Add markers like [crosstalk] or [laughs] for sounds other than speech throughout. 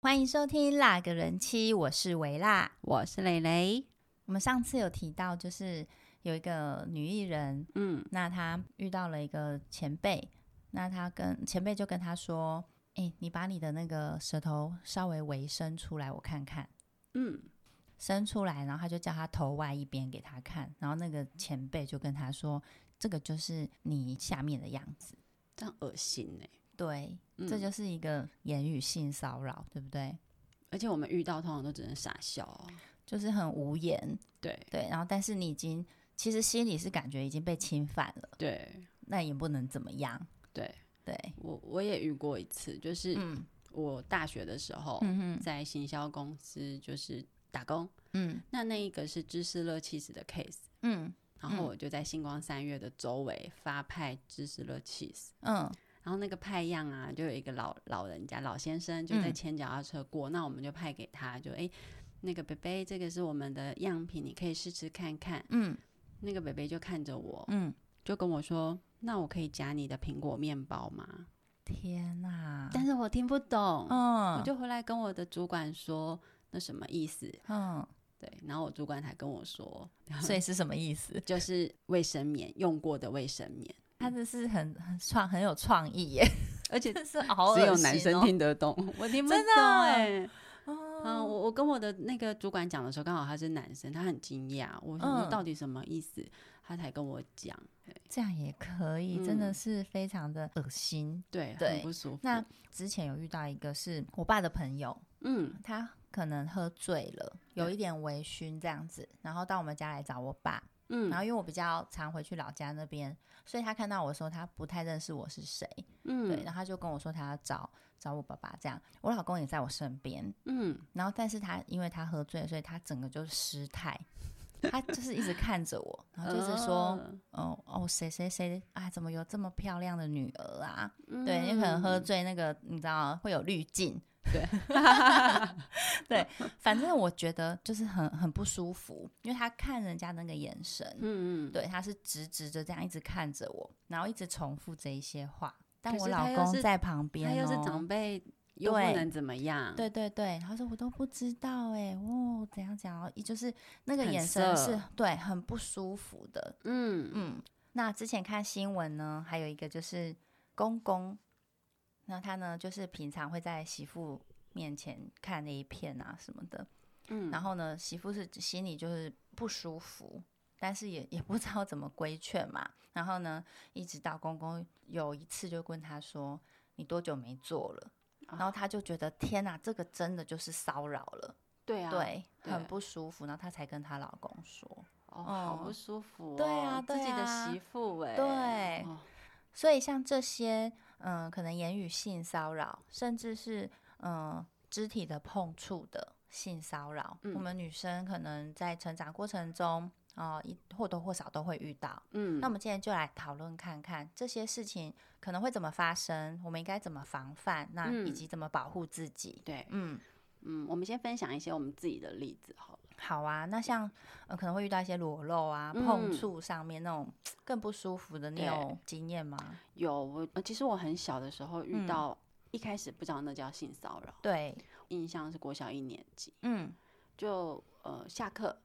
欢迎收听《辣个人妻》，我是维辣。我是蕾蕾。我们上次有提到，就是有一个女艺人，嗯，那她遇到了一个前辈，那她跟前辈就跟她说：“哎、你把你的那个舌头稍微微伸出来，我看看。”嗯，伸出来，然后他就叫她头外一边给她看，然后那个前辈就跟她说：“这个就是你下面的样子。这样恶心欸呢、”对，嗯这就是一个言语性骚扰，对不对？而且我们遇到通常都只能傻笑、哦。就是很无言，对对，然后但是你已经其实心里是感觉已经被侵犯了，对那也不能怎么样，对，对，我我也遇过一次，就是嗯我大学的时候、嗯在行销公司就是打工，嗯那那一个是芝士乐气死的 case，嗯然后我就在星光三月的周围发派芝士乐气死。嗯然后那个派样啊，就有一个老老人家老先生就在嗯牵脚踏车过，那我们就派给他，就哎，那个北北，这个是我们的样品，你可以试吃看看。嗯那个北北就看着我，嗯，就跟我说：“那我可以夹你的苹果面包吗天？”哪，但是我听不懂，嗯我就回来跟我的主管说那什么意思？嗯，对，然后我主管才跟我说，所以是什么意思？就是卫生棉用过的卫生棉，他这是很很创很有创意 [laughs] 耶，而且这是好恶只心、哦、有男生听得懂，我听不懂真的啊哎、嗯，哦，我我跟我的那个主管讲的时候，刚好他是男生，他很惊讶，我想嗯说到底什么意思，他才跟我讲，这样也可以，真的嗯是非常的恶心。对，对很不舒服。那之前有遇到一个是我爸的朋友，嗯他可能喝醉了，有一点微醺这样子，然后到我们家来找我爸。嗯，然后因为我比较常回去老家那边，所以他看到我的时候，他不太认识我是谁，嗯对，然后他就跟我说他要找找我爸爸这样。我老公也在我身边，嗯然后但是他因为他喝醉，所以他整个就是失态，他就是一直看着我，然后就是说，呃哦哦谁谁谁啊，怎么有这么漂亮的女儿啊？对，你可能喝嗯醉那个，你知道会有滤镜。对 [laughs] 对，反正我觉得就是很很不舒服，因为他看人家那个眼神，嗯嗯，对，他是直直的这样一直看着我，然后一直重复这一些话。但可我是他老又公是在旁边、他哦，又是长辈，又不对能怎么样，对对对，他说我都不知道哎、哦，怎样讲哦，就是那个很眼神色是对很不舒服的。嗯嗯嗯，那之前看新闻呢，还有一个就是公公，那他呢就是平常会在媳妇面前看那一片啊什么的，嗯，然后呢媳妇是心里就是不舒服，但是也也不知道怎么规劝嘛，然后呢一直到公公有一次就问他说你多久没做了，然后他就觉得天哪、这个真的就是骚扰了，对啊，对，很对不舒服，然后她才跟她老公说。哦，好哦不舒服哦，对啊自己对的啊媳妇哎，对哦所以像这些，嗯、可能言语性骚扰，甚至是嗯、呃肢体的碰触的性骚扰，我嗯们女生可能在成长过程中，哦、一或多或少都会遇到。嗯，那我们今天就来讨论看看这些事情可能会怎么发生，我们应该怎么防范，那以嗯及怎么保护自己。对，嗯，嗯，我们先分享一些我们自己的例子好了，好啊。那像呃，可能会遇到一些裸露啊、碰嗯触上面那种更不舒服的，你对有经验吗？有我，呃其实我很小的时候嗯遇到，一开始不知道那叫性骚扰，对，印象是国小一年级，嗯就呃下课。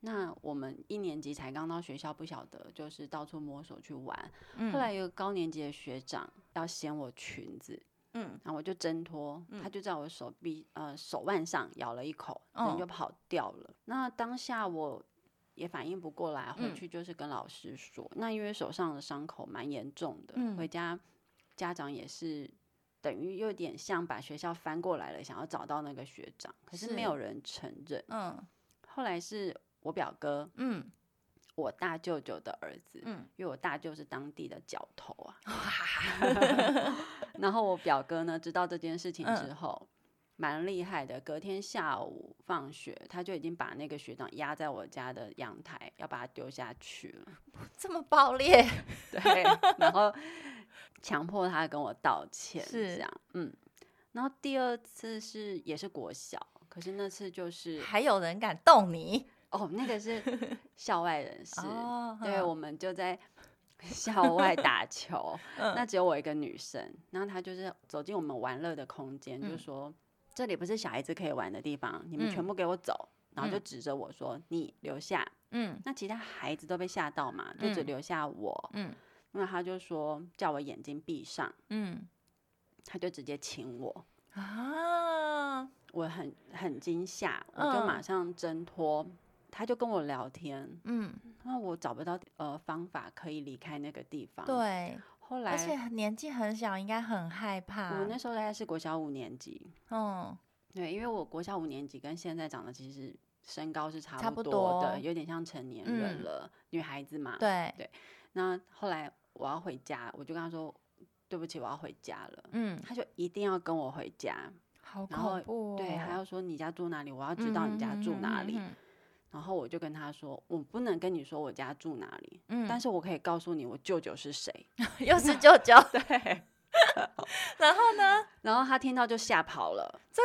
那我们一年级才刚到学校，不晓得就是到处摸索去玩。嗯，后来有个高年级的学长要掀我裙子，嗯然后我就挣脱，他就在我手臂呃手腕上咬了一口，人哦就跑掉了。那当下我也反应不过来，回嗯去就是跟老师说。那因为手上的伤口蛮严重的，嗯回家家长也是等于有点像把学校翻过来了，想要找到那个学长，可是没是有人承认。嗯后来是我表哥，嗯我大舅舅的儿子，嗯，因为我大舅是当地的角头啊。然后我表哥呢，知道这件事情嗯之后，蛮厉害的。隔天下午放学，他就已经把那个学长压在我家的阳台，要把他丢下去了。这么暴 [laughs] 烈，对，然后强迫他跟我道歉，是这样。嗯，然后第二次是也是国小，可是那次就是还有人敢动你？哦，那个是校外 [laughs] 人士，哦对，哼我们就在 [laughs] 校外打球， [laughs] 嗯那只有我一个女生，然后她就是走进我们玩乐的空间，就嗯说这里不是小孩子可以玩的地方，你们全嗯部给我走。然后就嗯指着我说：“你留下。”嗯那其他孩子都被吓到嘛，就只嗯留下我。嗯那他就说叫我眼睛闭上，嗯他就直接亲我。啊，我很很惊吓，我就马嗯上挣脱，他就跟我聊天，嗯，那我找不到呃方法可以离开那个地方。，对，后而且来年纪很小，应该很害怕。我那时候大概是国小五年级，嗯对，因为我国小五年级跟现在长得其实身高是差差不不多的，多有点像成年人嗯了，女孩子嘛。。对，那后来我要回家，我就跟他说：“对不起，我要回家了。”嗯，他就一定要跟我回家，好然后恐怖、哦。对，还要说你家住哪里，我要知道你家住哪里。嗯然后我就跟他说，我不能跟你说我家住哪里，嗯但是我可以告诉你我舅舅是谁。 [laughs] 又是舅舅，对，然后呢？然后他听到就吓跑了，真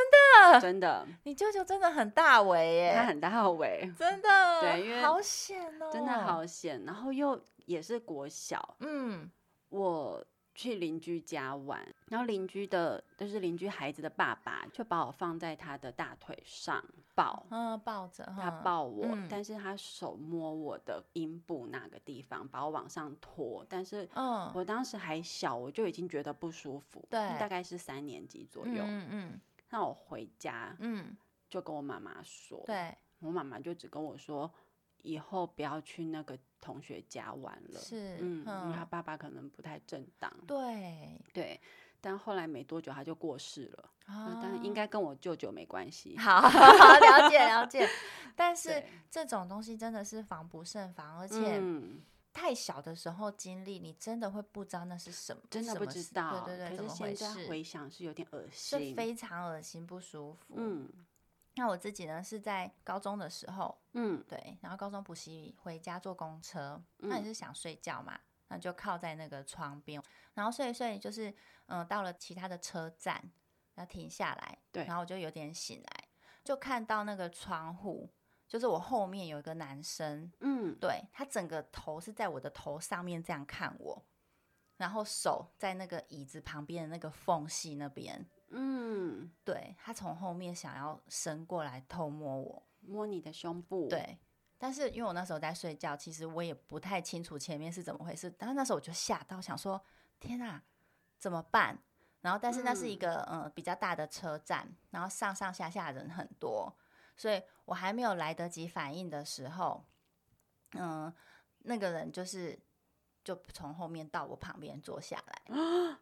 的真的，你舅舅真的很大为他耶，很大尾，真的，对因为好险哦，真的，好险。然后又也是国小，嗯我去邻居家玩，然后邻居的就是邻居孩子的爸爸就把我放在他的大腿上抱。嗯，抱着哈，他抱我，嗯但是他手摸我的阴部那个地方，把我往上拖，但是嗯，我当时还小，我就已经觉得不舒服，对大概是三年级左嗯右。嗯嗯那我回家嗯，就跟我妈妈说，对，我妈妈就只跟我说，以后不要去那个同学家玩了，是，嗯，因为他嗯，爸爸可能不太正当，对，对。但后来没多久他就过世了，那啊，嗯但应该跟我舅舅没关系。好，了解了解，但是 [laughs] 对，这种东西真的是防不胜防，而且嗯，太小的时候经历，你真的会不知道那是什么，真的什不么知事道，对对对，可怎是么回现在事，回想是有点恶是心，非常恶心不舒服。嗯那我自己呢是在高中的时候，嗯对，然后高中补习回家坐公车，那嗯也是想睡觉嘛，那就靠在那个窗边，然后睡一睡，就是嗯、呃到了其他的车站，然后停下来，对然后我就有点醒来，就看到那个窗户，就是我后面有一个男生，嗯，对他整个头是在我的头上面这样看我，然后手在那个椅子旁边的那个缝隙那边，嗯，对他从后面想要伸过来偷摸我，摸你的胸部，，对，但是因为我那时候在睡觉，其实我也不太清楚前面是怎么回事。但是那时候我就吓到，想说天啊，怎么办？然后，但是那是一嗯个嗯、呃比较大的车站，然后上上下下人很多，所以我还没有来得及反应的时候，嗯、那个人就是就从后面到我旁边坐下来，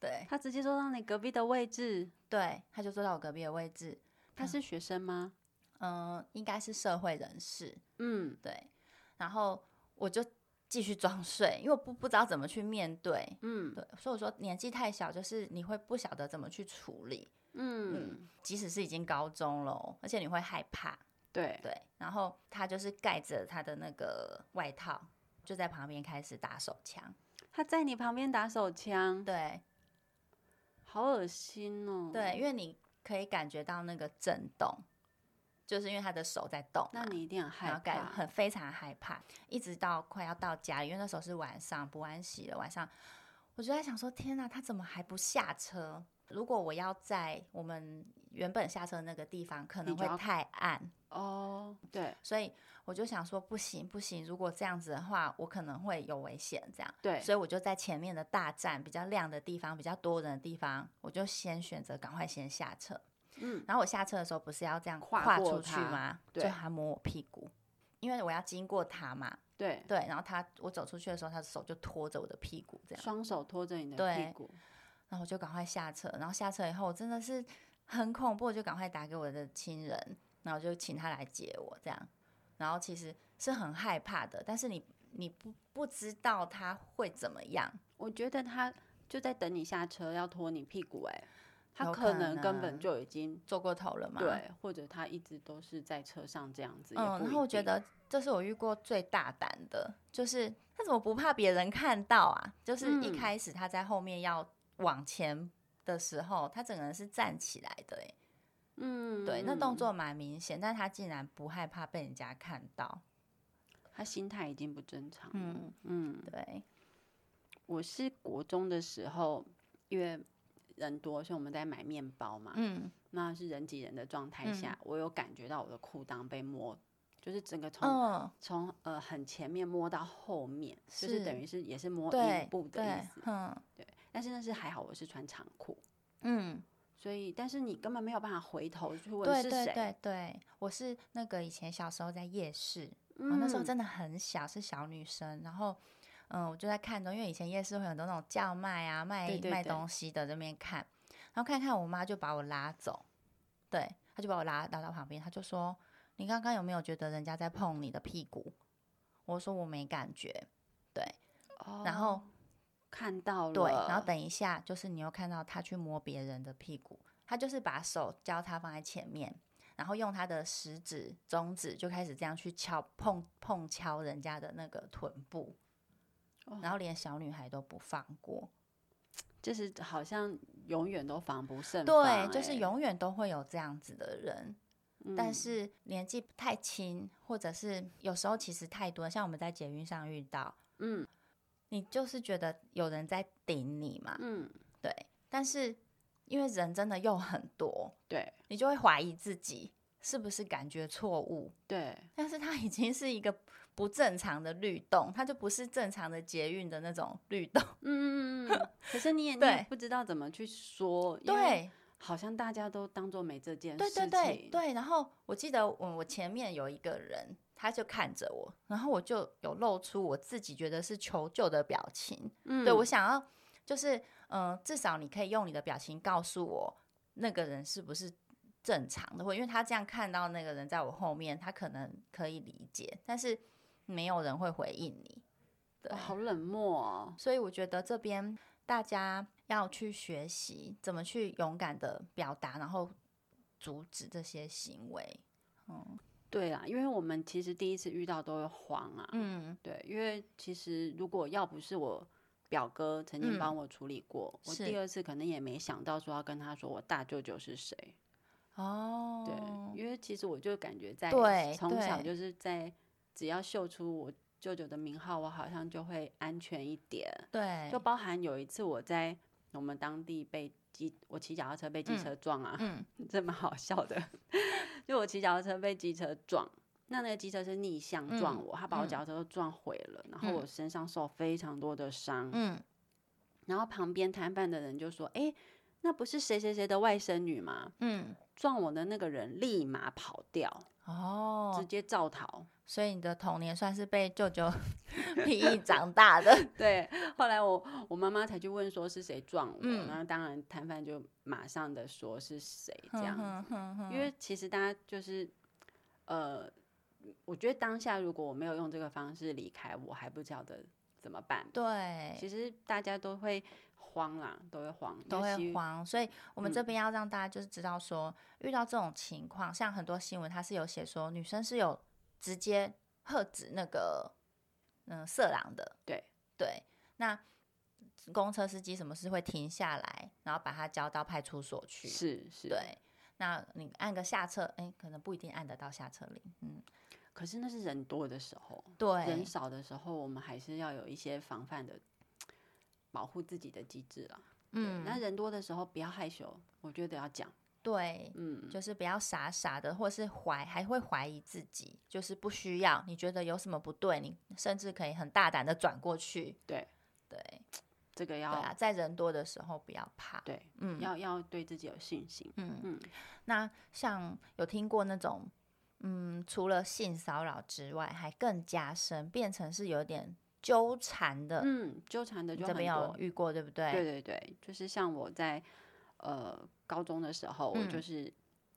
对他直接坐到你隔壁的位置，对，他就坐到我隔壁的位置，他是学生吗？嗯、应该是社会人士，嗯对，然后我就继续装睡，因为我不不知道怎么去面对，嗯对，所以我说年纪太小，就是你会不晓得怎么去处理，嗯，即使是已经高中了哦，而且你会害怕，对，对，然后他就是盖着他的那个外套，就在旁边开始打手枪，他在你旁边打手枪，对好恶心哦。对，因，为你可以感觉到那个震动，就是因为他的手在动嘛，那你一定很害然后感怕，很非常害怕，一直到快要到家里，因为那时候是晚上补完习了，晚上我就在想说，天哪，他怎么还不下车？如果我要在我们原本下车的那个地方，可你能就要会太暗，哦，对所以我就想说，不行不行，如果这样子的话，我可能会有危险，这样。对，所以我就在前面的大站比较亮的地方、比较多人的地方，我就先选择赶快先下车。嗯然后我下车的时候不是要这样跨跨过出去它吗？就对他摸我屁股，因为我要经过他嘛。对，对，然后他我走出去的时候，他的手就拖着我的屁股这样，双手托着你的对屁股，然后我就赶快下车。然后下车以后，我真的是很恐怖，我就赶快打给我的亲人，然后就请他来接我这样。然后其实是很害怕的，但是你你不不知道他会怎么样，我觉得他就在等你下车要拖你屁股，哎，他有可可能根本能就已经。做过头了嘛？，对，或者他一直都是在车上这样子，也嗯，然不一后我觉定得这是我遇过最大胆的，就是他怎么不怕别人看到啊？就是一嗯开始他在后面要往前的时候，他整个人是站起来的、欸，嗯，对，那动嗯作蛮明显，但他竟然不害怕被人家看到，他心态已经不正常了。嗯嗯，对，我是国中的时候，因为人多，所以我们在买面包嘛。嗯，那是人挤人的状态嗯下，我有感觉到我的裤裆被摸，就是整个从哦，从、呃很前面摸到后面，就是等是于是也是摸对阴部，的意对思，。嗯但是那是还好，我是穿长裤，嗯，所以但是你根本没有办法回头去问对是对谁。对对，我是那个以前小时候在夜市，我哦那时候嗯真的很小，是小女生，然后。嗯，我就在看中，因为以前夜市会有很多那种叫卖啊、卖对对卖对东西的这边看，然后看看我妈就把我拉走，对，她就把我拉拉到旁边，她就说：“你刚刚有没有觉得人家在碰你的屁股？”我说：“我没感觉。”对，然后哦看到了，对，然后嗯等一下，就是你又看到他去摸别人的屁股，他就是把手交叉放在前面，然后用他的食指、中指就开始这样去敲碰碰敲人家的那个臀部，哦然后连小女孩都不放过。就是好像永远都防不胜防、对，就是欸，永远都会有这样子的人，但嗯是年纪太轻，或者是有时候其实太多，像我们在捷运上遇到，嗯你就是觉得有人在顶你嘛，嗯，对，但是因为人真的又很多，对你就会怀疑自己是不是感觉错误。对，但是它已经是一个不正常的律动，它就不是正常的捷运的那种律动。嗯嗯嗯 [laughs] 嗯。可是你也你也对不知道怎么去说，因为对好像大家都当做没这件事对对情。对对。然后我记得我我前面有一个人，他就看着我，然后我就有露出我自己觉得是求救的表情。嗯对我想要就是嗯、呃至少你可以用你的表情告诉我那个人是不是正常的，或因为他这样看到那个人在我后面，他可能可以理解，但是没有人会回应你，对，哦好冷漠哦。所以我觉得这边大家要去学习怎么去勇敢的表达，然后阻止这些行为。对啦，因为我们其实第一次遇到都会慌啊。嗯，对，因为其实如果要不是我表哥曾经嗯帮我处理过，我是第二次可能也没想到说要跟他说我大舅舅是谁。哦，对，因为其实我就感觉在对从小对就是在只要秀出我舅舅的名号，我好像就会安全一点。对，就包含有一次我在我们当地被机，我骑脚踏车被机嗯车撞啊，嗯，这蛮好笑的。 [laughs] 就我骑脚踏车被机车撞，那那个机车是逆向撞嗯我，他把我嗯脚踏车都撞毁了，然后嗯我身上受非常多的伤。嗯，然后旁边摊贩的人就说：“诶，那不是谁谁谁的外甥女吗？”嗯，撞我的那个人立马跑掉，直哦，接照逃。所以你的童年算是被舅 [laughs] 舅 PE 长大的。对，后来我我妈妈才去问说是谁撞我，嗯然后当然摊贩就马上的说是谁 [laughs] 这样子，嗯哼哼哼因为其实大家就是呃，我觉得当下如果我没有用这个方式离开，我还不晓得怎么办。对其实大家都会慌啦，都会慌，都尤会其慌，所以我们这嗯边要让大家就是知道说，遇到这种情况，像很多新闻它是有写说女生是有直接喝止那个嗯、呃色狼的，对对，那公车司机什么是会停下来，然后把他交到派出所去，是是，。对。那你按个下车，哎、可能不一定按得到下车铃，嗯，可是那是人多的时候，人对，少的时候，我们还是要有一些防范的。保护自己的机制啦。嗯，那嗯，人多的时候不要害羞，我觉得要讲。对，嗯，就是不要傻傻的，或是怀还会怀疑自己，就是不需要。你觉得有什么不对，你甚至可以很大胆的转过去。对对这个对要啊，在人多的时候不要怕。对嗯要要对自己有信心。嗯嗯那像有听过那种，嗯，除了性骚扰之外，还更加深，变成是有点纠缠的。嗯，纠缠的你就这很边有多。遇过对不对？对对对，就是像我在呃高中的时候，我嗯就是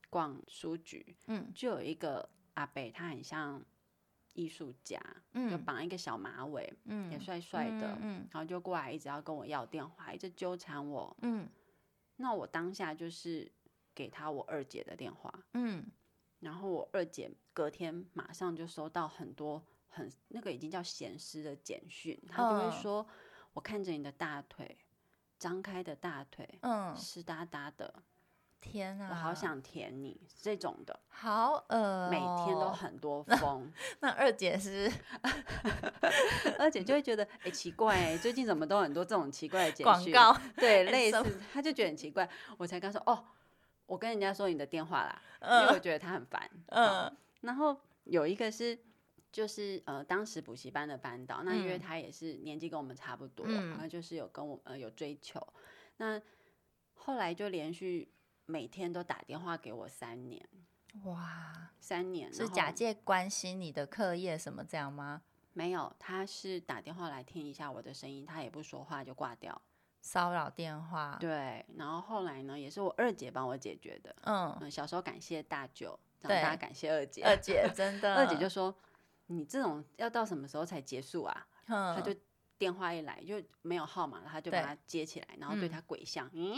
逛书局，嗯就有一个阿伯，他很像艺术家，就嗯绑一个小马尾，嗯，也帅帅的，嗯然后就过来一直要跟我要电话，一直纠缠我。嗯那我当下就是给他我二姐的电话，嗯然后我二姐隔天马上就收到很多很那个已经叫闲湿的简讯，她就嗯会说：“我看着你的大腿，张开的大腿，嗯，湿哒哒的，天啊，我好想舔你这种的，好恶、每天哦都。很多风， [laughs] 那二姐是而且就会觉得哎、诶奇怪、欸，最近怎么都很多这种奇怪的简广讯，告，对，还类是什似他就觉得很奇怪，我才刚说哦，我跟人家说你的电话啦，因为我嗯觉得他很烦，嗯，嗯然后有一个是。就是呃，当时补习班的班导，那因为嗯他也是年纪跟我们差不多，嗯然后就是有跟我呃有追求，那后来就连续每天都打电话给我三年，哇，三年是然后假借关心你的课业什么这样吗？没有，他是打电话来听一下我的声音，他也不说话就挂掉。骚扰电话，对，然后后来呢，也是我二姐帮我解决的。嗯，嗯，小时候感谢大舅，长对大感谢二姐。二姐嗯真的， [laughs] 二姐就说：“你这种要到什么时候才结束啊？”嗯，他就电话一来就没有号码了，他就把对他接起来，然后对嗯他鬼笑，嗯，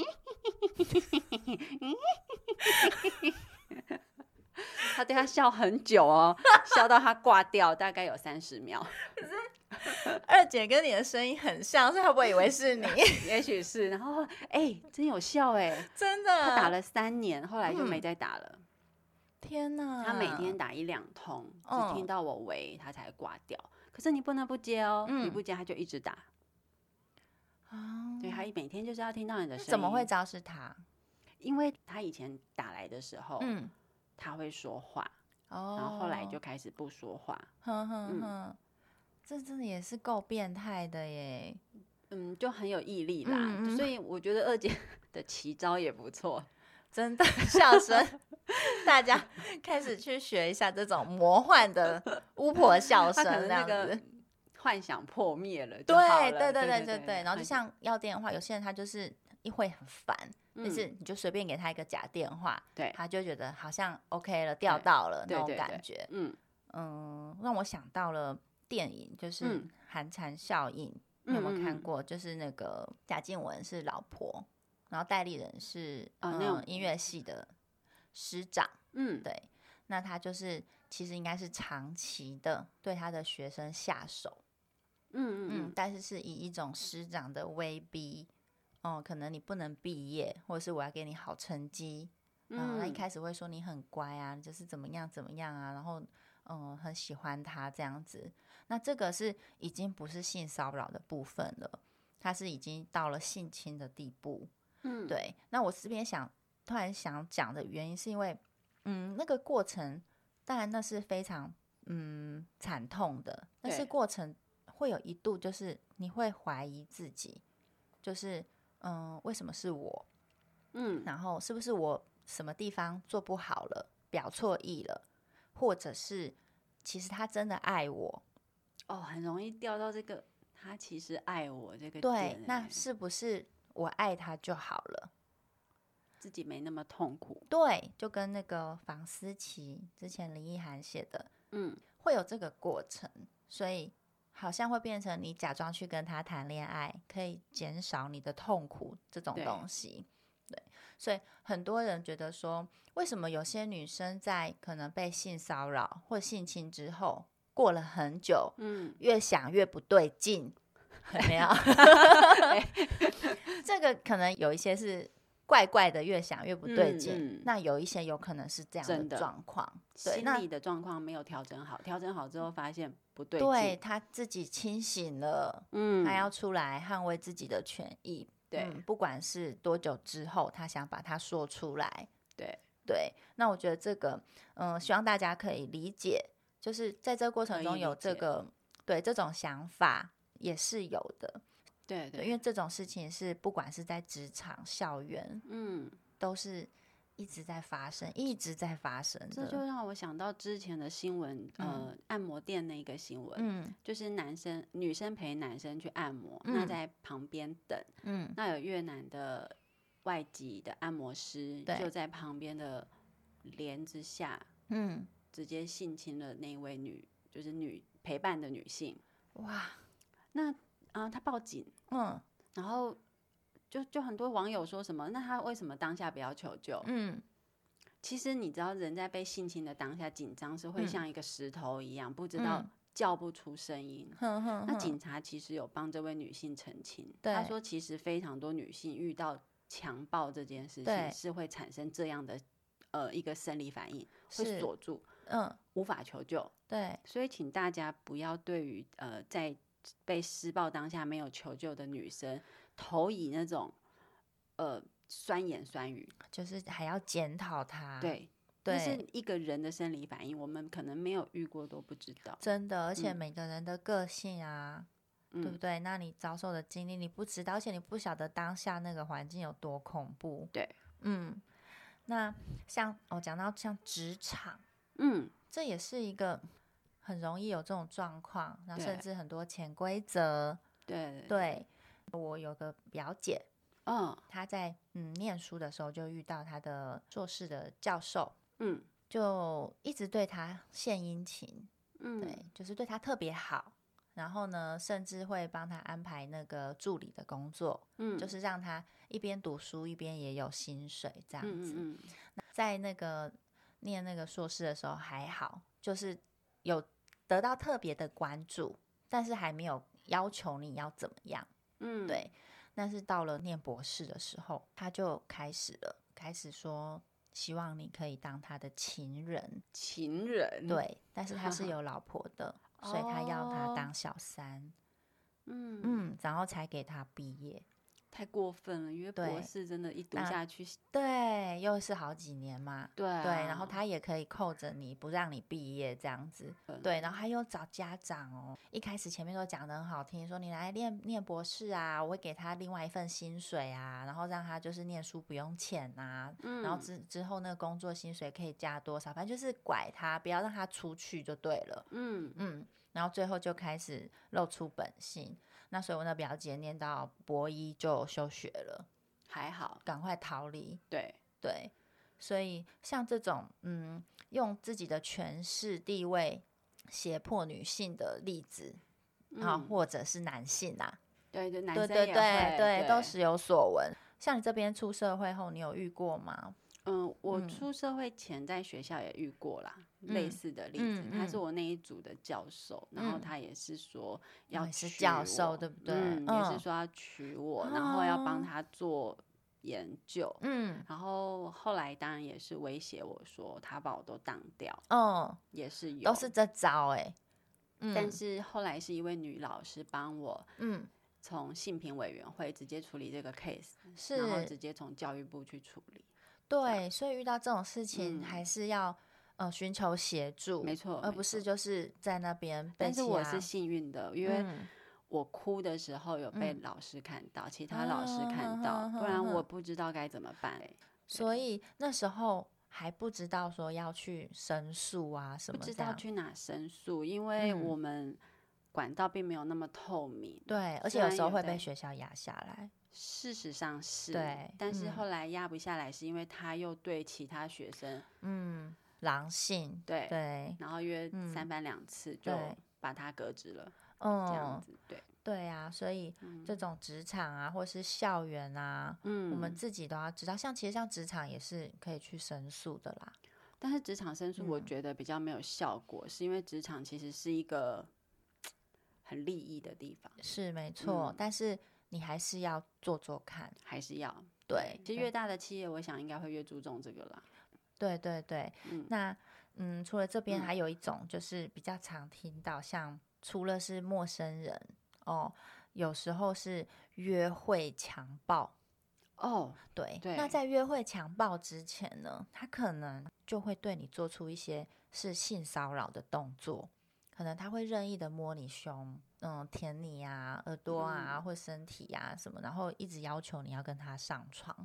[laughs] 他对他笑很久哦，笑到他挂掉，大概有三十秒。二姐跟你的声音很像，所以她不会以为是 [laughs] 你，也许是，然后哎、真有效哎、真的。他打了三年，后来就没嗯再打了。天哪！他每天打一两通，只嗯听到我喂他才挂掉。可是你不能不接哦，你嗯不接他就一直打。啊，对他一每天就是要听到你的那声音。怎么会？知道是他？因为他以前打来的时候，嗯，他会说话，哦，哦然后后来就，开始不说话。哼哼嗯哼，这真的也是够变态的耶。嗯，就很有毅力啦，嗯嗯所以我觉得二姐的奇招也不 [laughs] 错。真的笑声， [laughs] 大家开始去学一下这种魔幻的巫婆笑她声，可能这那样个子。幻想破灭了就好对了，对对对对对对，然后就幻像要电话，有些人他就是一会很烦，但嗯是你就随便给他一个假电话，对，他就觉得好像 OK 了，钓对到了对那种对感觉。嗯嗯，让我想到了电影，就是《嗯寒蝉效应》，你有没有嗯嗯嗯看过？就是那个贾静雯是老婆，然后戴立人是啊嗯、那种音乐系的师长，嗯，对，那他就是其实应该是长期的对他的学生下手，嗯嗯嗯，嗯，但是是以一种师长的威逼。哦，可能你不能毕业，或者是我要给你好成绩，嗯，他一开始会说你很乖啊，就是怎么样怎么样啊，然后嗯很喜欢他这样子。那这个是已经不是性骚扰的部分了，他是已经到了性侵的地步。嗯，对，那我这边想突然想讲的原因是因为，嗯，那个过程当然那是非常嗯惨痛的，但是对过程会有一度就是你会怀疑自己，就是嗯为什么是我？嗯然后是不是我什么地方做不好了，表错意了，或者是其实他真的爱我，哦，很容易掉到这个他其实爱我这个对点，那欸是不是我爱他就好了？自己没那么痛苦，对，就跟那个房思琪之前林奕涵写的，嗯会有这个过程，所以好像会变成你假装去跟他谈恋爱，可以减少你的痛苦这种对东西。对，所以很多人觉得说，为什么有些女生在可能被性骚扰或性侵之后，过了很久，嗯，越想越不对劲，有没有？ [laughs] 这个可能有一些是怪怪的，越想越不对劲。嗯嗯那有一些有可能是这样真的的状况，对，心那理的状况没有调整好，调整好之后发现不对对劲，他自己清醒了，嗯，他要出来捍卫自己的权益。对嗯不管是多久之后，他想把它说出来。对对，那我觉得这个，嗯、希望大家可以理解，就是在这个过程可以中理有这解个对这种想法也是有的。对对，因为这种事情是不管是在职场、校园，嗯，都是一直在发生，一直在发生这的。就让我想到之前的新闻，呃，按摩店那个新闻，嗯就是男生女生陪男生去按摩，嗯那在旁边等，嗯那有越南的外籍的按摩师对就在旁边的帘子下嗯，直接性侵了那一位女，就是女陪伴的女性。哇，那啊、呃他报警，嗯然后就就很多网友说什么，那他为什么当下不要求救？嗯，其实你知道，人在被性侵的当下紧张是会嗯像一个石头一样，不知道嗯叫不出声音。哼哼那嗯哼警察其实有帮这位女性澄清，对他说其实非常多女性遇到强暴这件事对情是会产生这样的呃一个生理反应，是会锁住，嗯，无法求救。对，所以请大家不要对于呃在被施暴当下没有求救的女生投以那种呃酸言酸语，就是还要检讨他，对，这啊对，是一个人的生理反应，我们可能没有遇过都不知道。真的，而且嗯每个人的个性啊，对不嗯，对？那你遭受的经历你不知道，而且你不晓得当下那个环境有多恐怖。对，嗯，那像我、哦、讲到像职场，嗯，这也是一个很容易有这种状况，然后甚对至很多潜规则。对，对，我有个表姐，嗯她在嗯念书的时候就遇到她的硕士的教授，嗯就一直对她献殷勤，嗯，对，就是对他特别好。然后呢，甚至会帮他安排那个助理的工作，嗯，嗯，就是让他一边读书一边也有薪水这样子。嗯嗯在那个念那个硕士的时候还好，就是有得到特别的关注，但是还没有要求你要怎么样。嗯，对，但是到了念博士的时候，他就开始了，开始说希望你可以当他的情人。情人，，对，但是 [laughs] 他是有老婆的，所以他要他哦当小三，嗯嗯，嗯，然后才给他毕业。太过分了，因为对博士真的，一读那下去，对，又是好几年嘛，对对，然后啊他也可以扣着你不让你毕业这样子，嗯对，然后他又找家长哦。一开始前面都讲的很好听，说你来念念博士啊，我会给他另外一份薪水啊，然后让他就是念书不用钱啊，嗯，然后之之后那个工作薪水可以加多少，反正就是拐他，不要让他出去就对了。嗯嗯，然后最后就开始露出本性。那所以我那表姐念到博一就休学了，还好，赶快逃离。对，对，所以像这种嗯，用自己的权势地位胁迫女性的例子啊，嗯或者是男性啊，对对，男对生对也对会对，都对时有所闻。像你这边出社会后，你有遇过吗？嗯，我嗯出社会前在学校也遇过啦，类嗯似的例子。嗯他是嗯我那一组的教授，然后嗯他也是说哦要也是娶教授我对不对嗯，也嗯是说要娶我，然后要帮哦他做研究。嗯，然后后来当然也是威胁我说他把我都当掉，哦，也是有。都是这招哎、嗯，但是后来是一位女老师帮我嗯从性平委员会直接处理这个 case，是然后直接从教育部去处理。对，所以遇到这种事情嗯还是要、呃寻求协助，没错而没呃不是错就是在那边被但欺是压。我是幸运的，因为嗯我哭的时候有被嗯老师看到，其他老师看到，啊不然哼我哼不知道该怎么办、欸。所以那时候还不知道说要去申诉啊什不么这知样，道去哪申诉，因为嗯我们管道并没有那么透明。对，而且虽有然时候有会被在学校压下来，事实上是，对但是嗯后来压不下来，是因为他又对其他学生，嗯，狼性，对，对，然后约嗯三番两次就对把他革职了，这样嗯，子，对，对啊，所以嗯这种职场啊，或是校园啊。嗯我们自己都要知道，像其实像职场也是可以去申诉的啦。但是职场申诉，我嗯觉得比较没有效果，是因为职场其实是一个很利益的地方，是没错，嗯但是你还是要做做看。还是要对，其实对越大的企业，我想应该会越注重这个啦。对对对，嗯那嗯，除了这边嗯还有一种就是比较常听到，像除了是陌生人哦，有时候是约会强暴。哦，对，对那在约会强暴之前呢，他可能就会对你做出一些是性骚扰的动作，可能他会任意的摸你胸，嗯，舔你啊，耳朵啊，嗯或身体啊什么，然后一直要求你要跟他上床。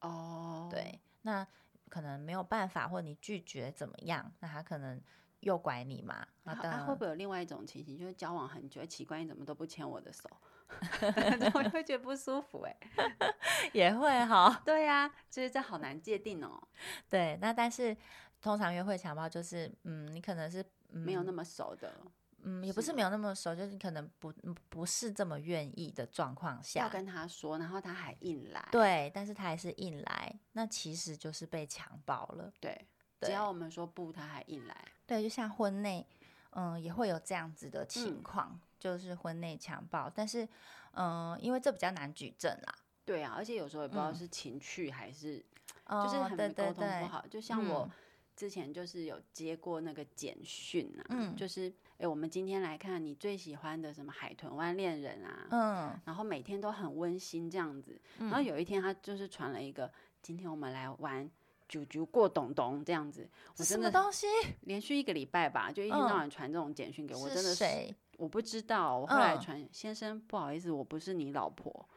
哦，，对，那可能没有办法，或你拒绝怎么样，那他可能诱拐你嘛。然好后的，啊会不会有另外一种情形，就是交往很久，哎奇怪你怎么都不牵我的手， [laughs] 然后会觉得不舒服哎、也会哈？ [laughs] 对呀、就是这好难界定哦，对，那但是通常约会强暴就是，嗯，你可能是、嗯、没有那么熟的，嗯，也不是是没吗有那么熟，就是可能不嗯不是这么愿意的状况要下，跟他说，然后他还硬来，啊对，但是他还是硬来，那其实就是被强暴了。对，对只要我们说不，他还硬来，对，就像婚内，嗯，也会有这样子的情嗯况，就是婚内强暴。但是，嗯，因为这比较难举证啦，对啊，而且有时候也不知道嗯是情趣还是、哦、就是对很对沟通对不，好。就像我嗯之前就是有接过那个简讯啊，嗯就是哎、诶我们今天来看你最喜欢的什么《海豚湾恋人》啊，嗯，然后每天都很温馨这样子。然后有一天他就是传了一个，今天我们来玩。九九过董董这样子，我是什真么的 [laughs] 东西？连续一个礼拜吧，就一天到嗯晚传这种简讯给我，是真的是谁？ [laughs] 我不知道，我后来嗯传、先生，不好意思，我不是你老婆。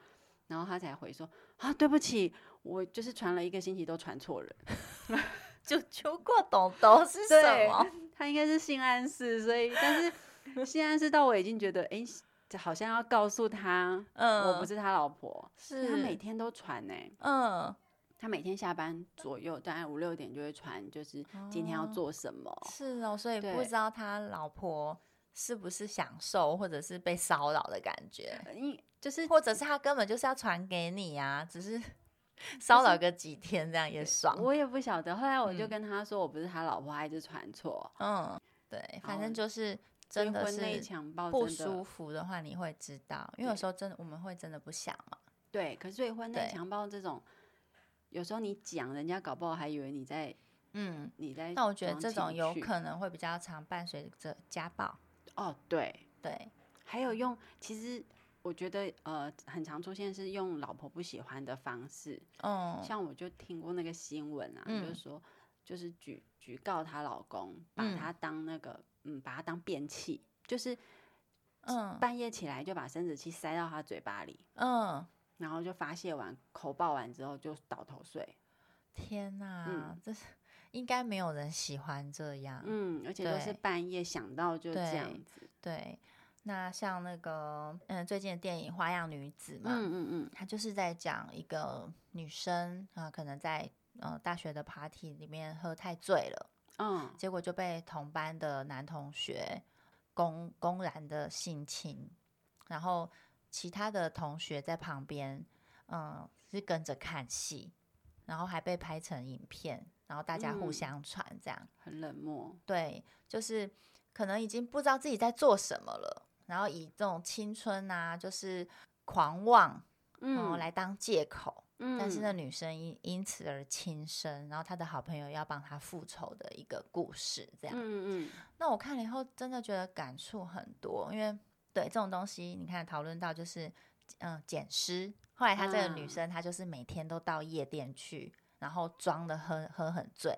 然后他才回说啊，对不起，我就是传了一个星期都传错人。就求过懂懂是什对么？ [laughs] 他应该是性暗示，所以 [laughs] 但是性暗示到我已经觉得，哎、这好像要告诉他、嗯，我不是他老婆。是他每天都传呢、嗯他每天下班左右，大概五六点就会传，就是今天要哦做什么。是哦，所以不对知道他老婆是不是享受或者是被骚扰的感觉，因就是或者是他根本就是要传给你啊，只 [laughs] 是骚扰是个几天这样也爽。我也不晓得，后来我嗯就跟他说，我不是他老婆，他一直传错。嗯，对，反好正就是哦结真的婚内是强暴不哦真的舒服的话，你会知道，因为有对时候真的我们会真的不想嘛。对，可是所以婚内对强暴这种，有时候你讲，人家搞不好还以为你在嗯，你在。但我觉得这种有可能会比较常伴随着家暴。哦，对，对，还有用，其实我觉得呃，很常出现是用老婆不喜欢的方式，嗯，像我就听过那个新闻啊，就嗯是说就是举举告她老公，把嗯她当那个嗯，把她当便器，就是嗯半夜起来就把生殖器塞到她嘴巴里，嗯，然后就发泄完、口爆完之后就倒头睡，天哪，这是应该没有人喜欢这样。嗯，而且都是对半夜想到就这样对子。对，那像那个嗯，最近的电影《花样女子》嘛，嗯嗯嗯，她就是在讲一个女生啊、呃可能在呃大学的 party 里面喝太醉了，嗯，结果就被同班的男同学公公然的性侵，然后其他的同学在旁边，嗯，是跟着看戏，然后还被拍成影片，然后大家互嗯相传这样。很冷漠。对，就是可能已经不知道自己在做什么了，然后以这种青春啊，就是狂妄，然后嗯，来当借口。嗯，但是那女生因因此而轻生，然后她的好朋友要帮她复仇的一个故事，这样。嗯嗯那我看了以后，真的觉得感触很多，因为对这种东西，你看讨论到就是，嗯、捡尸。后来她这个女嗯生，她就是每天都到夜店去，然后装的喝喝很醉，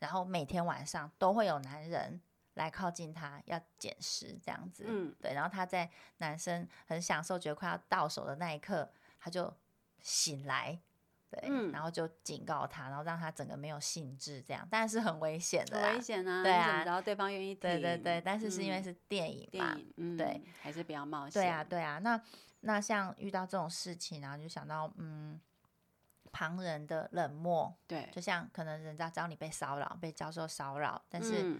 然后每天晚上都会有男人来靠近她，要捡尸这样子。嗯对，然后她在男生很享受，觉得快要到手的那一刻，她就醒来。对，嗯然后就警告他，然后让他整个没有兴致，这样，但是很危险的嗯，啦，很危险啊！对你怎么啊知道对方愿意对对听对，但是是因为嗯是电影电嘛，影，嗯，对，还是不要冒险。对啊，对啊。那那像遇到这种事情，然后就想到嗯，旁人的冷漠，对，就像可能人家知道你被骚扰，被教授骚扰，但是嗯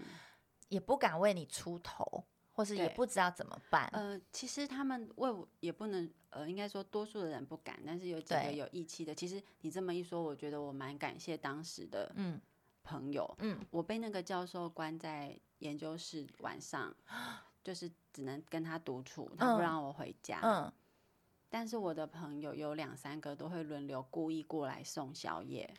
也不敢为你出头，或是也对不知道怎么办。呃，其实他们为我也不能，呃，应该说多数的人不敢，但是有几个对有义气的。其实你这么一说，我觉得我蛮感谢当时的嗯朋友。嗯，我被那个教授关在研究室，晚上就是只能跟他独处，他嗯不让我回家。嗯，但是我的朋友有两三个都会轮流故意过来送宵夜，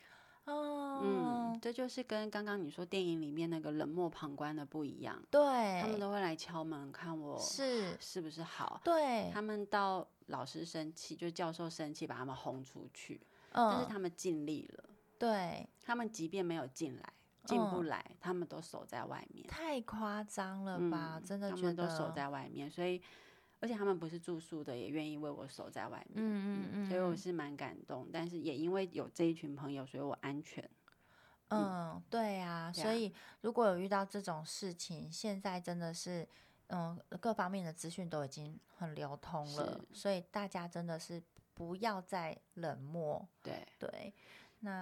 哦，嗯，这就是跟刚刚你说电影里面那个冷漠旁观的不一样，他们对，都会来敲门看我是，是不是好，对，他们到老师生气，就教授生气把他们轰出去，但是嗯，他们尽力了，对，他们即便没有进来，进不嗯来，他们都守在外面，太夸张了吧？嗯真的他觉们都得，守在外面，所以而且他们不是住宿的，也愿意为我守在外面。嗯嗯嗯，所以我是蛮感动，但是也因为有这一群朋友，所以我安全。嗯，对啊，对所啊以如果有遇到这种事情，现在真的是，嗯，各方面的资讯都已经很流通了，所以大家真的是不要再冷漠。对，对，但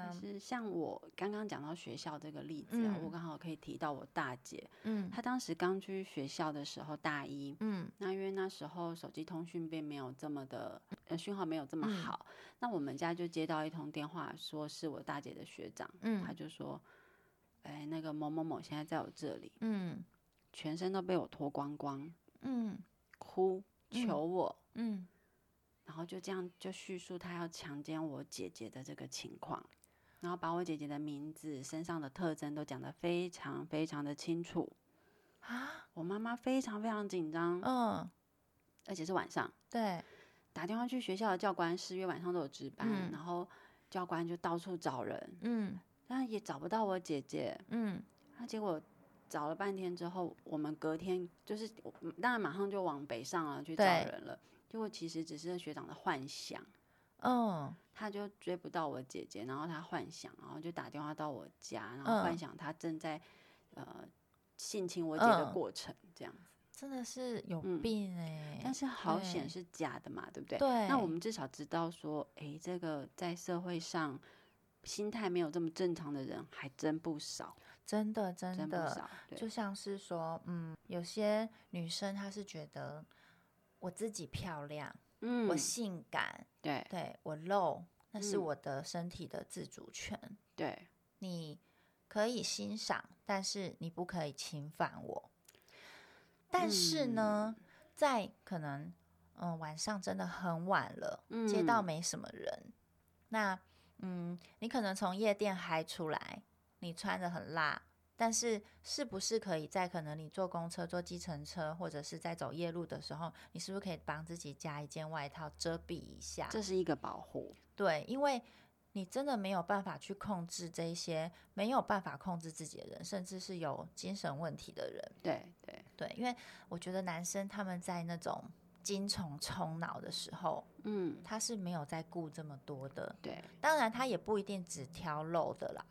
那是像我刚刚讲到学校这个例子啊，我嗯刚好可以提到我大姐，嗯她当时刚去学校的时候，大一，嗯那因为那时候手机通讯并没有这么的，呃，讯号没有这么嗯好，那我们家就接到一通电话，说是我大姐的学长，他嗯就说，哎，那个某某某现在在我这里，嗯全身都被我脱光光，嗯哭嗯求我，嗯，然后就这样就叙述他要强奸我姐姐的这个情况，然后把我姐姐的名字、身上的特征都讲得非常非常的清楚。啊，我妈妈非常非常紧张，嗯，而且是晚上对，打电话去学校的教官室，因为晚上都有值班，嗯然后教官就到处找人，嗯但也找不到我姐姐。嗯那结果找了半天之后，我们隔天就是我嗯当然马上就往北上啊了去找对人了，结果其实只是学长的幻想。嗯他就追不到我姐姐，然后他幻想，然后就打电话到我家，然后嗯幻想他正在、呃性侵我姐的嗯过程这样子。真的是有嗯病哎、但是好险对是假的嘛，对不对？对，那我们至少知道说，诶，这个在社会上心态没有这么正常的人还真不少，真的真真不的少。对就，像是说，嗯，有些女生她是觉得我自己漂亮，嗯我性感，对对我露，那是嗯我的身体的自主权，对你可以欣赏，但是你不可以侵犯我。但是呢，嗯在可能嗯、呃晚上真的很晚了，街道嗯没什么人，那嗯你可能从夜店嗨出来，你穿的很辣。但是，是不是可以在可能你坐公车、坐计程车，或者是在走夜路的时候，你是不是可以帮自己加一件外套遮蔽一下？这是一个保护。对，因为你真的没有办法去控制这一些没有办法控制自己的人，甚至是有精神问题的人。对对，对，因为我觉得男生他们在那种精虫充脑的时候，嗯，他是没有在顾这么多的。对，当然，他也不一定只挑肉的啦。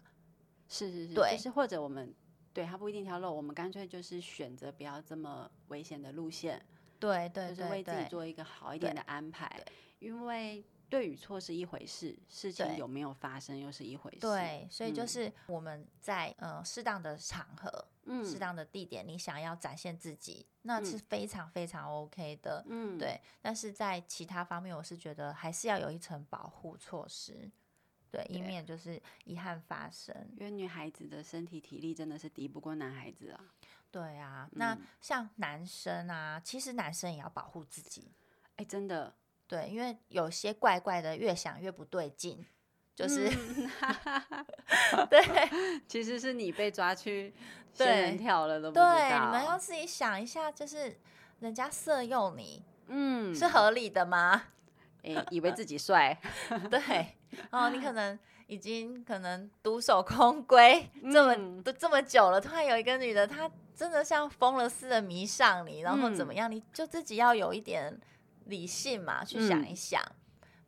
是是是，对就是或者我们对他不一定挑肉，我们干脆就是选择不要这么危险的路线，对对就是对为自己对，做一个好一对点的安排，因为对与错是一回事，事情对有没有发生又是一回事。，对，所以就嗯是我们在呃适当的场合、嗯，适当的地点，你想要展现自己，那是非常非常 OK 的。嗯，对，但是在其他方面，我是觉得还是要有一层保护措施，对，以对免就是遗憾发生。因为女孩子的身体体力真的是敌不过男孩子啊！对啊，那嗯像男生啊，其实男生也要保护自己，哎，真的，对，因为有些怪怪的，越想越不对劲，就是、嗯 [laughs] 对其实是你被抓去仙对人跳了都不知对，你们道要自己想一下，就是人家色诱你、嗯，是合理的吗？哎，以为自己帅， [laughs] 对，哦，你可能已经可能独守空闺这么、嗯都这么久了，突然有一个女的，她真的像疯了似的迷上你，然后怎嗯么样？你就自己要有一点理性嘛，去嗯想一想，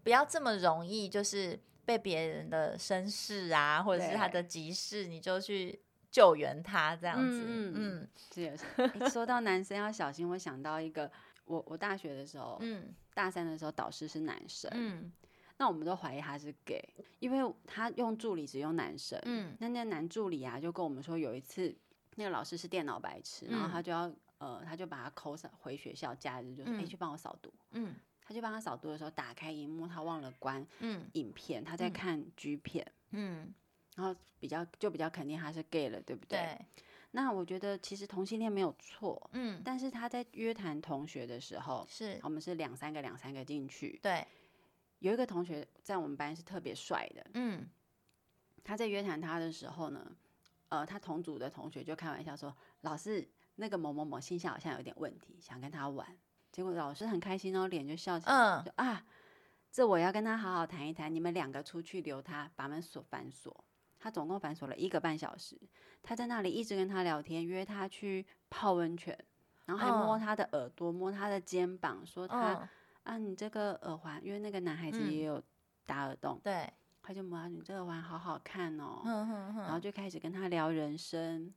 不要这么容易就是被别人的身世啊，或者是他对的急事，你就去救援他这样子。嗯嗯这也是。诶说到男生要小心，我想到一个，我我大学的时候，嗯大三的时候导师是男生，嗯那我们都怀疑他是 gay，因为他用助理只用男生，嗯那那男助理啊就跟我们说，有一次那个老师是电脑白痴，然后嗯他就要呃，他就把他扣上回学校，假日就说，哎、嗯去帮我扫毒。嗯他去帮他扫毒的时候，打开荧幕，他忘了关嗯影片，他在嗯看 G 片，嗯，然后比较就比较肯定他是 gay 了，对不对？对，那我觉得其实同性恋没有错，嗯但是他在约谈同学的时候，是，我们是两三个两三个进去，对，有一个同学在我们班是特别帅的，嗯他在约谈他的时候呢，呃，他同组的同学就开玩笑说：“老师，那个某某某性向好像有点问题，想跟他玩。”结果老师很开心哦，脸就笑起来，嗯说啊，这我要跟他好好谈一谈，你们两个出去留他，把门锁反锁。他总共反锁了一个半小时，他在那里一直跟他聊天，约他去泡温泉，然后还摸嗯他的耳朵，摸他的肩膀，说他、嗯，啊，你这个耳环，因为那个男孩子嗯也有打耳洞，对，他就摸他，你这个耳环好好看哦，嗯嗯然后就开始跟他聊人生，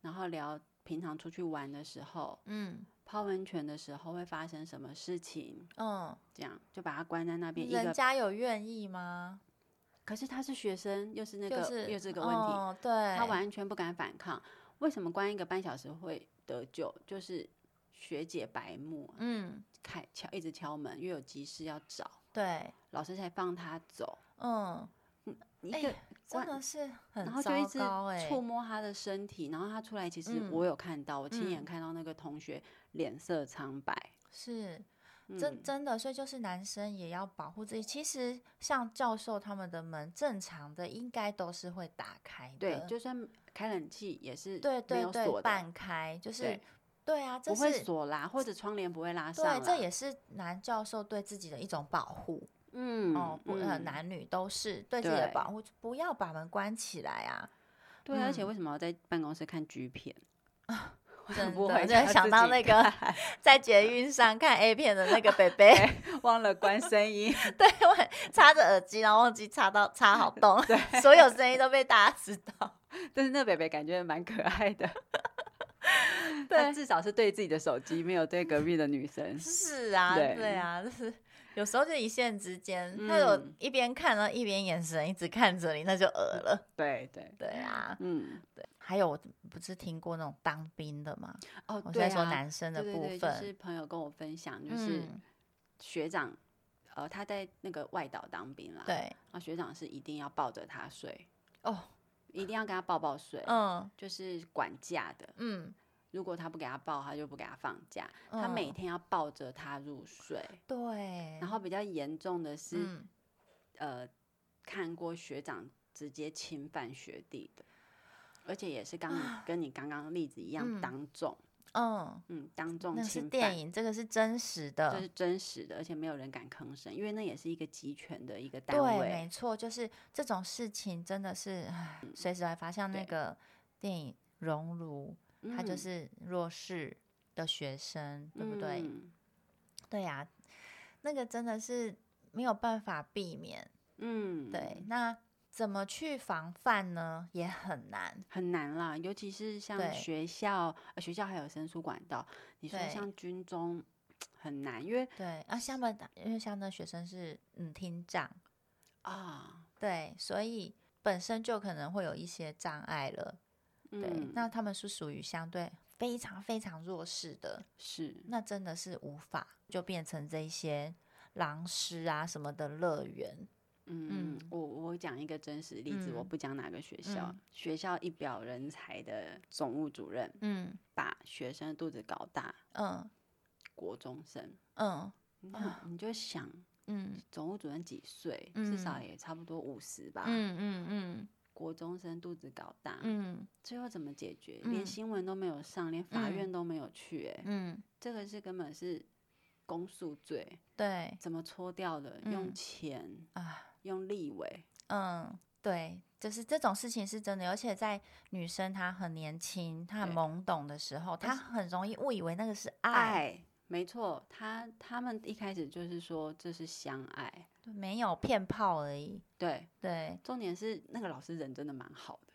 然后聊平常出去玩的时候，嗯泡温泉的时候会发生什么事情，嗯，这样就把他关在那边一人个。家有愿意吗？可是他是学生，又是那个、就是又是个问题，哦、对，他完全不敢反抗。为什么关一个半小时会得救？就是学姐白目嗯，开敲一直敲门，因为有急事要找对，老师才放他走。嗯，一哎个真关的是很然后就一糟直糕哎、触摸他的身体，然后他出来，其实我有看到，我亲眼嗯看到那个同学脸色苍白。是嗯、真真的，所以就是男生也要保护自己。其实像教授他们的门，正常的应该都是会打开的，对，就算开冷气也是对没对有对，锁的，半开就是对对啊，这不会是锁啦，或者窗帘不会拉上啦。对，这也是男教授对自己的一种保护、嗯哦，不，呃，嗯男女都是对自己的对保护，不要把门关起来啊！对，而且嗯为什么要在办公室看 [laughs] G 片？我真不的回就家想自到 [laughs] 己那个看在捷运上看 A 片的那个北 [laughs] 北，忘了关声音，对我很插着耳机，然后忘记插到插好 [laughs] 洞，所有声音都被大家知道。但是那北北感觉蛮可爱的。 [laughs] 他对至少是对自己的手机，没有对隔壁的女生。是啊，对对啊，就是有时候就一线之间，他有嗯一边看，然后一边眼神一直看着你，那就恶了。对对， [laughs] 对啊，嗯，还有我不是听过那种当兵的吗？哦，我对在说啊男生的对对部对分，就是朋友跟我分享，就是嗯、学长，呃，他在那个外岛当兵啦，，对啊，学长是一定要抱着他睡，哦，一定要跟他抱抱睡，嗯就是管架的，嗯，如果他不给他抱，他就不给他放假，他每嗯天要抱着他入睡，对，然后比较严重的是，嗯呃，看过学长直接侵犯学弟的，而且也是刚你跟你刚刚例子一样，啊嗯当众，嗯，嗯，当众那侵个是犯，电影，这个是真实的，这是真实的，而且没有人敢吭声，因为那也是一个集权的一个单对，位没，错，就是这种事情真的是唉随时来发。像那嗯对个电影《熔炉》，他就嗯是弱势的学生，对不对？嗯对呀、那个真的是没有办法避免。嗯，对，，那怎么去防范呢？也很难。很难啦，尤其是像对学校，呃、学校还有申诉管道，你说对像军中很难，因为对，啊，像他们因为像那学生是嗯听障，啊，对，所以本身就可能会有一些障碍了。对，嗯，那他们是属于相对非常非常弱势的，是那真的是无法就变成这一些狼师啊什么的乐园。嗯嗯，我我讲一个真实例子，我嗯不讲哪个学校。嗯学校一表人才的总务主任嗯把学生的肚子搞大，嗯国中生，嗯你看你就想，嗯总务主任几岁？至少嗯也差不多五十吧。嗯嗯国中生肚子搞大，嗯最后怎么解决？连嗯新闻都没有上，连法嗯院都没有去、欸，嗯，这个是根本是公诉罪，对怎么搓掉的？用嗯钱，啊，用立委，嗯对。就是这种事情是真的，而且在女生她很年轻、她很对懵懂的时候，她是很容易误以为那个是爱，爱，没错，他他们一开始就是说这是相爱，没有骗炮而已。对，对，重点是那个老师人真的蛮好的，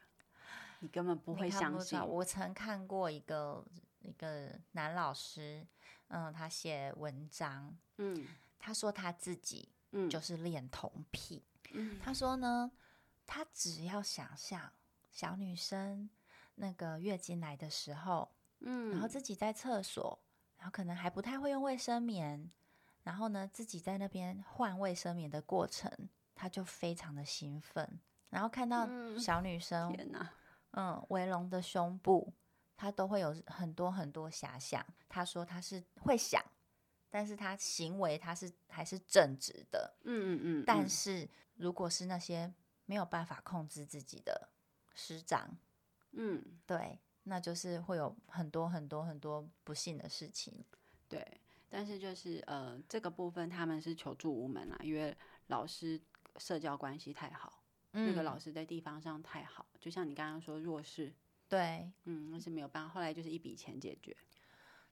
你根本不你会看相不出信来，我曾看过一个一个男老师，嗯，他写文章，嗯他说他自己嗯，就是恋童癖。嗯他说呢，他只要想象小女生那个月经来的时候，嗯，然后自己在厕所，然后可能还不太会用卫生棉，然后呢自己在那边换卫生棉的过程，他就非常的兴奋，然后看到嗯小女生天哪，嗯，维龙的胸部，他都会有很多很多遐想。他说他是会想，但是他行为他是还是正直的。嗯嗯嗯，但嗯是如果是那些没有办法控制自己的师长，嗯对，那就是会有很多很多很多不幸的事情。对，但是就是呃这个部分他们是求助无门啦，因为老师社交关系太好，那个老师师在地方上太好，就像你刚刚说弱势，对嗯，那是没有办法，后来就是一笔钱解决，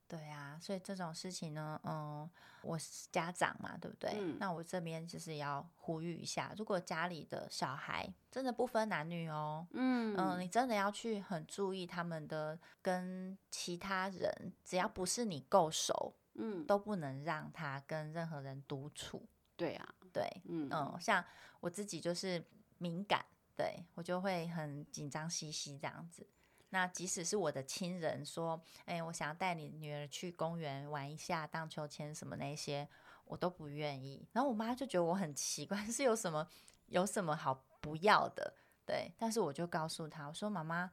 对啊，所以这种事情呢，嗯，我是家长嘛，对不对？嗯那我这边就是要呼吁一下，如果家里的小孩真的不分男女哦，嗯嗯，你真的要去很注意他们的跟其他人，只要不是你够熟，嗯，都不能让他跟任何人独处。对啊，对，嗯嗯，像我自己就是敏感，对我就会很紧张兮兮这样子。那即使是我的亲人说，哎、我想要带你女儿去公园玩一下，荡秋千什么那 [laughs] 些，我都不愿意。然后我妈就觉得我很奇怪，是有什么有什么好不要的，对。但是我就告诉他，我说妈妈，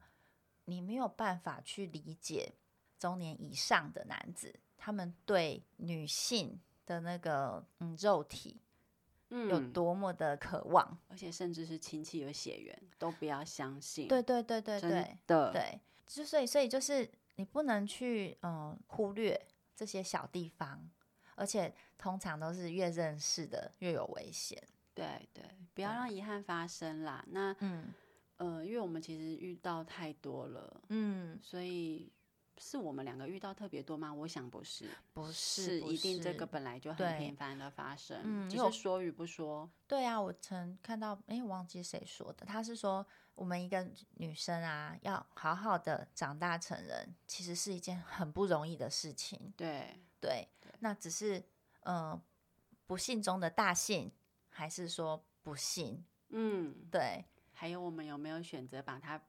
你没有办法去理解中年以上的男子，他们对女性的那个嗯肉体嗯有多么的渴望。而且甚至是亲戚有血缘都不要相信，对对对对真对的，对，就所以所以就是你不能去嗯、呃忽略这些小地方，而且通常都是越认识的越有危险。对对，不要对让遗憾发生啦。那嗯呃，因为我们其实遇到太多了，嗯，所以是我们两个遇到特别多吗？我想不是，不是是不一定这是个本来就很对频繁的发生，嗯只因为是我说与不说。对啊，我曾看到，哎，我忘记谁说的，他是说我们一个女生啊，要好好的长大成人，其实是一件很不容易的事情。对，对，那只是呃，不幸中的大幸，还是说不幸？嗯，对，还有我们有没有选择把它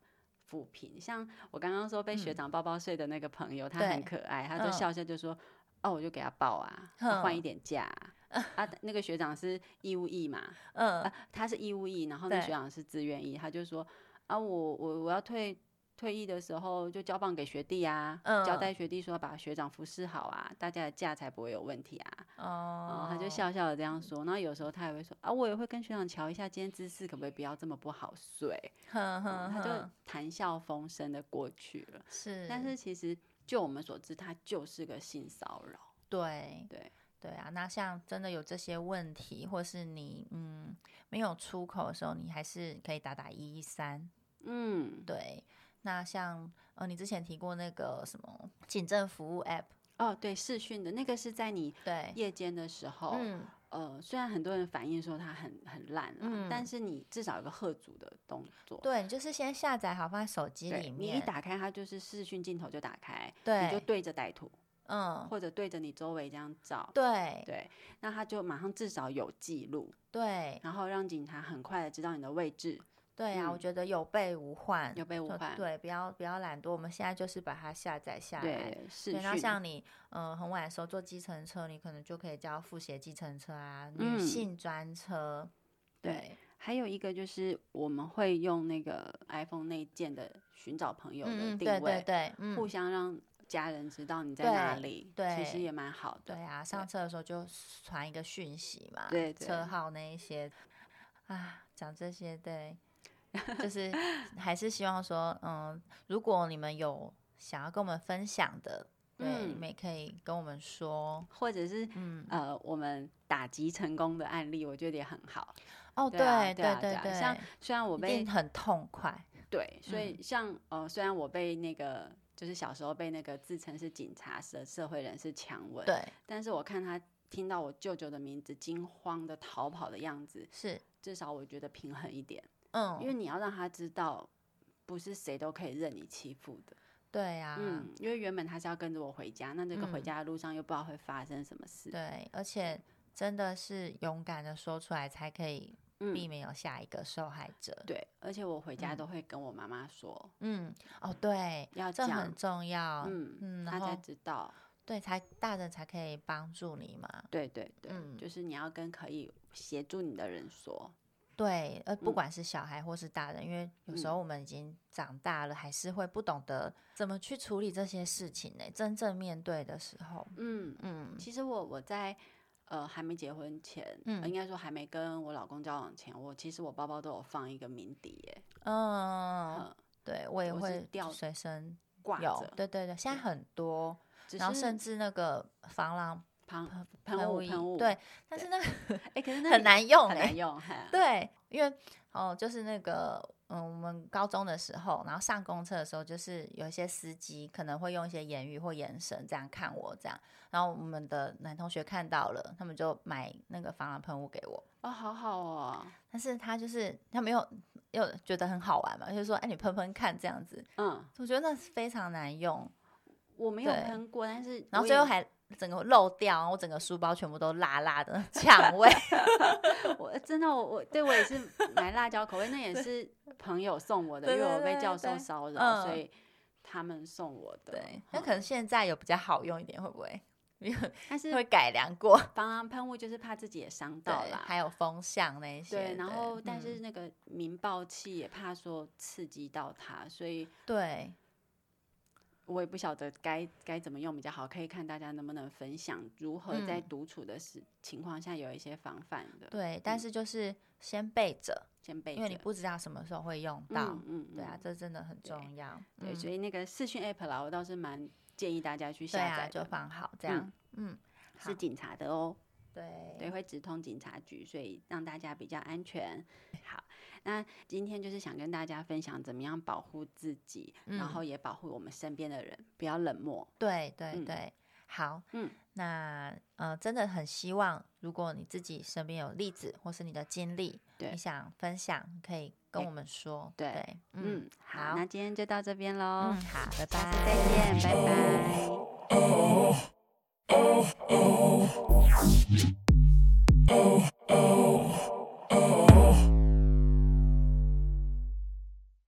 抚平？像我刚刚说被学长抱抱睡的那个朋友，他很嗯对可爱，他就嗯笑笑就说：“哦，我就给他抱啊，啊换一哼点假啊。啊”那个学长是义务役嘛，嗯、啊，他是义务役，然后那对学长是自愿役，他就说啊，我我我要退退役的时候就交棒给学弟啊，嗯交代学弟说把学长服侍好啊，大家的假才不会有问题啊。哦哦，，他就笑笑的这样说，然后有时候他也会说啊，我也会跟学长瞧一下，今天姿势可不可以不要这么不好睡，哼，嗯哼他哼，就谈笑风生的过去了。是，但是其实就我们所知，他就是个性骚扰。对对对啊，那像真的有这些问题，或是你嗯没有出口的时候，你还是可以打打一一三。嗯，对，那像呃你之前提过那个什么警政服务 App，哦，对，视讯的那个是在你对，夜间的时候，嗯，呃，虽然很多人反映说它很很烂啦，但嗯是你至少有个贺阻的动作。对，你就是先下载好放在手机对里你面，一打开它就是视讯镜头就打开，你就对，对着歹徒嗯，或者对着你周围这样照，对对，那它就马上至少有记录，对然后让警察很快的知道你的位置对啊，我嗯觉得有备无患，有被误就判，对，不要不要懒惰，我们现在就是把它下载下来，对哎视对，然后讯像你，呃，很晚的时候坐计程车，你可能就可以叫复写计程车啊，嗯女性专车，对对，还有一个就是我们会用那个 iPhone 内建的寻找朋友嗯的嗯，定对位，对对，互嗯，相让家人知道你在哪对里，其实对也蛮好的对。啊，上车的时候就传一个讯息嘛，对对车号那一些，啊，讲这些，对，就是 [laughs] 还是希望说，嗯，如果你们有想要跟我们分享的，对，你嗯们也可以跟我们说，或者是嗯，呃，我们打击成功的案例，我觉得也很好。哦，对啊对对啊对对啊像虽然我一被定嗯很痛快，对，所以像、呃，虽然我被那个就是小时候被那个自称是警察的社会人士强吻，对，但是我看他听到我舅舅的名字惊慌的逃跑的样子，是，至少我觉得平衡一点，嗯，因为你要让他知道。不是谁都可以任你欺负的，对啊，嗯，因为原本他是要跟着我回家，那这个回嗯家的路上又不知道会发生什么事，对，而且真的是勇敢的说出来，才可以嗯，避免有下一个受害者。对，而且我回家嗯都会跟我妈妈说，嗯，哦，对，要这讲很重要。嗯嗯，他然才后知道，对，才大人才可以帮助你嘛。对对对，嗯就是你要跟可以协助你的人说，对，呃，不嗯管是小孩或是大人，因为有时嗯候我们已经长大了，还是会不懂得怎么去处理这些事情呢、真正面对的时候，嗯，嗯其实我我在呃还没结婚前，呃嗯应该说还没跟我老公交往前，我其实我包包都有放一个鸣笛耶，嗯，嗯，对我也我是会吊随身挂有着，，对对对，现在对很多，只然后甚是至那个防狼旁喷雾液喷雾，对，，但对是那个哎，可是那很里难用很哎、[laughs] 难用，嘿，对，因为哦，就是那个嗯，我们高中的时候，然后上公车的时候，就是有一些司机可能会用一些言语或眼神这样看我这样，然后我们的男同学看到了，他们就买那个防狼喷雾给我。哦，好好哦，但是他就是他没有又觉得很好玩嘛，就是说，哎，你喷喷看这样子，嗯，我觉得那是非常难用，我没有对喷过，但是然后我最也后还整个漏掉，然后我整个书包全部都辣辣的 [laughs] 呛味，我真的哦我我对我也是买辣椒口味，那也是朋友送我的，因对为我对被对教授对骚扰，所嗯以他们送我的。对，那嗯可能现在有比较好用一点，会不会？因为但是会改良过，防狼喷雾就是怕自己也伤对到，啦。还有风向那一些，对，然后但是嗯那个明爆器也怕说刺激到它，所以对，我也不晓得该该怎么用比较好，可以看大家能不能分享如何在嗯独处的时情况下有一些防范的。，对，但嗯是就是先备着，先备着。因为你不知道什么时候会用到。嗯嗯，对啊嗯，这真的很对重要。对，嗯所以那个视讯 app 啦，我倒是蛮建议大家去对下啊，载就的，放好这嗯样。嗯，好是警察的哦，对对，会直通警察局，所以让大家比较安全。好，那今天就是想跟大家分享怎么样保护自己，然嗯后也保护我们身边的人，不要冷漠。对对嗯对，好，嗯，那呃，真的很希望，如果你自己身边有例子或是你的经历，对你想分享，你可以跟哎我们说。对对，嗯，好，好那今天就到这边喽嗯，，好，拜拜下次，再见，拜拜。